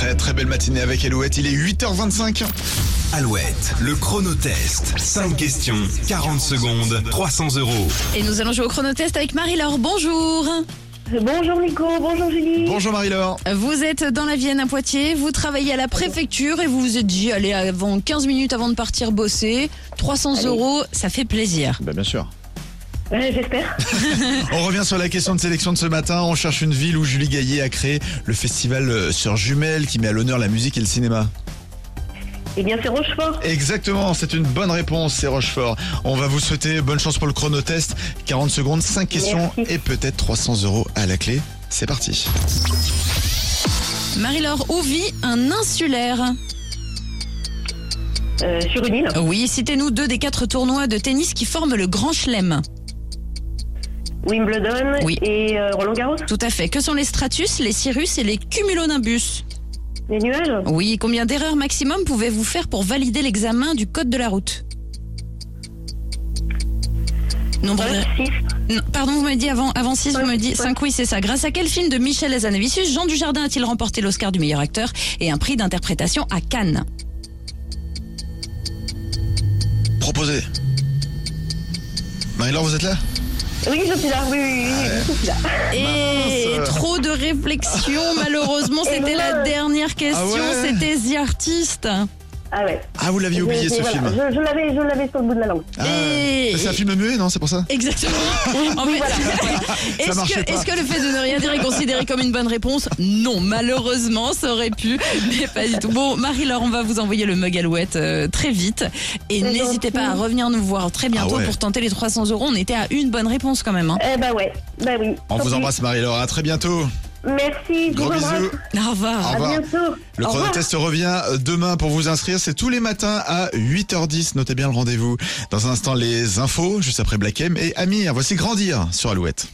Ouais, très belle matinée avec Alouette, il est 8h25. Alouette, le chronotest. 5 questions, 40 secondes, 300 euros. Et nous allons jouer au chronotest avec Marie-Laure. Bonjour. Bonjour Nico, bonjour Julie. Bonjour Marie-Laure. Vous êtes dans la Vienne à Poitiers, vous travaillez à la préfecture et vous vous êtes dit, allez, avant 15 minutes avant de partir bosser, 300 euros, ça fait plaisir. Bah bien sûr. Ouais, J'espère. On revient sur la question de sélection de ce matin. On cherche une ville où Julie Gaillet a créé le festival euh, Sœurs Jumelles qui met à l'honneur la musique et le cinéma. Et Eh bien c'est Rochefort. Exactement, c'est une bonne réponse, c'est Rochefort. On va vous souhaiter bonne chance pour le chronotest. 40 secondes, 5 questions Merci. et peut-être 300 euros à la clé. C'est parti. Marie-Laure, où vit un insulaire Euh, sur une île. Oh. Oui, citez-nous deux des quatre tournois de tennis qui forment le Grand Chelem. Wimbledon Oui. et euh, Roland Garros. Tout à fait. Que sont les stratus, les cirrus et les cumulonimbus Les Oh, nuages. Oui, combien d'erreurs maximum pouvez-vous faire pour valider l'examen du code de la route Nombre d'erreurs- 6. Non, pardon, vous m'avez dit avant, avant 6, vous Cinq, m'avez dit ouais. 5, oui, c'est ça. Grâce à quel film de Michel Hazanavicius, Jean Dujardin a-t-il remporté l'Oscar du meilleur acteur et un prix d'interprétation à Cannes Proposé. Marie-Laure, vous êtes là Oui, je suis là. Oui, oui, oui, je suis là. Et Eh, trop de réflexion, malheureusement, c'était la ouais. dernière question, Ah ouais. c'était The Artist. Ah ouais. Ah, vous l'aviez Je- oublié je- ce voilà. film. Je, je l'avais, je l'avais sur le bout de la langue. Ah, Et- C'est un film muet, non C'est pour ça Exactement. En fait, est-ce marchait que, pas. est-ce que le fait de ne rien dire est considéré comme une bonne réponse Non, malheureusement, ça aurait pu, mais pas du tout. Bon, Marie-Laure, on va vous envoyer le mug Alouette euh, très vite. Et C'est n'hésitez gentil. pas à revenir nous voir très bientôt Ah ouais. pour tenter les 300 euros. On était à une bonne réponse quand même. hein. Eh bah ouais. Bah oui. On Tant vous pis. embrasse Marie-Laure, à très bientôt. Merci. je Gros vous embrasse. bisous. Au revoir. Au À revoir. bientôt. Le Au revoir. chronotest revient euh, demain pour vous inscrire. C'est tous les matins à 8h10. Notez bien le rendez-vous. Dans un instant, les infos, juste après Black M et Amir. Voici Grandir sur Alouette.